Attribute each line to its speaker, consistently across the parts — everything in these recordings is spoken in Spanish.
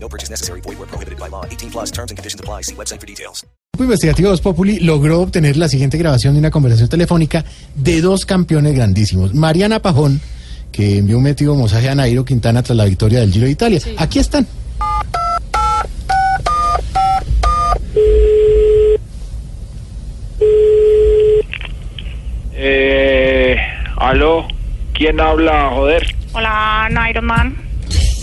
Speaker 1: No purchase necessary. Void where prohibited by law. 18 plus terms and conditions apply. See website for details.
Speaker 2: grupo investigativo Voz Populi logró obtener la siguiente grabación de una conversación telefónica de dos campeones grandísimos. Mariana Pajón, que envió un metido mensaje a Nairo Quintana tras la victoria del Giro de Italia. Aquí están.
Speaker 3: Eh, aló, ¿quién habla, joder?
Speaker 4: Hola, Iron Man.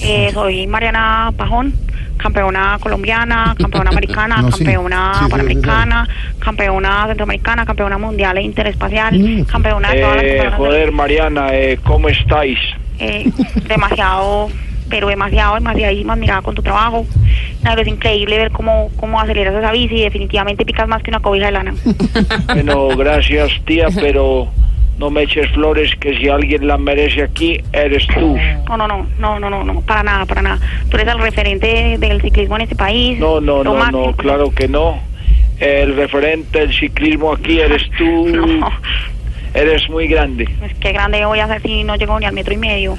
Speaker 4: Eh, soy Mariana Pajón, campeona colombiana, campeona americana,
Speaker 2: No, sí.
Speaker 4: campeona
Speaker 2: Sí, sí,
Speaker 4: panamericana, campeona centroamericana, campeona mundial e interespacial,
Speaker 2: Mm.
Speaker 4: campeona de todas las
Speaker 3: Eh,
Speaker 4: campeonas del-
Speaker 3: joder, Mariana, eh, ¿cómo estáis?
Speaker 4: eh, demasiado, pero demasiado, demasiado admirada con tu trabajo. Nairo, es increíble ver cómo, cómo aceleras esa bici y definitivamente picas más que una cobija de lana.
Speaker 3: Bueno, gracias, tía, pero no me eches flores que si alguien la merece aquí, eres tú.
Speaker 4: No, no, no, no, no, no, no, para nada, para nada. Tú eres el referente del ciclismo en este país.
Speaker 3: No, no,
Speaker 4: lo
Speaker 3: no, no,
Speaker 4: máximo.
Speaker 3: claro que no. El referente del ciclismo aquí eres tú.
Speaker 4: No.
Speaker 3: Eres muy grande.
Speaker 4: Pues qué grande voy a hacer si no llego ni al metro y medio.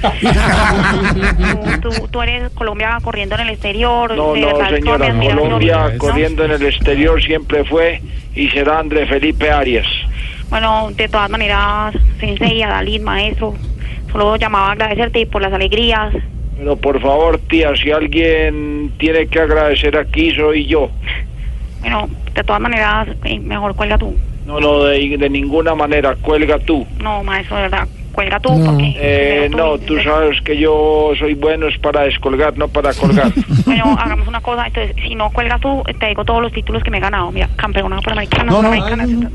Speaker 4: tú, tú- tú eres Colombia corriendo en el exterior. eh,
Speaker 3: No,
Speaker 4: Pues de
Speaker 3: no,
Speaker 4: verdad, toda mi
Speaker 3: señora.
Speaker 4: admiración.
Speaker 3: Colombia
Speaker 4: No,
Speaker 3: corriendo en el exterior siempre fue y será André Felipe Arias.
Speaker 4: Bueno, de todas maneras, Sensei, Adalid, maestro, solo llamaba a agradecerte y por las alegrías.
Speaker 3: Pero por favor, tía, si alguien tiene que agradecer aquí, soy yo.
Speaker 4: Bueno, de todas maneras, eh, mejor cuelga tú.
Speaker 3: No, no, de, de ninguna manera, cuelga tú.
Speaker 4: No, maestro, de verdad, cuelga tú.
Speaker 2: No.
Speaker 4: Porque
Speaker 3: Eh,
Speaker 4: primero
Speaker 3: no, tú
Speaker 4: entonces-
Speaker 3: sabes que yo soy bueno, es para descolgar, no para colgar.
Speaker 4: Bueno, hagamos eh, una cosa, entonces, si no cuelgas tú, te digo todos los títulos que me he ganado. Mira, campeona panamericana,
Speaker 2: No, no,
Speaker 4: americana,
Speaker 2: ay, no.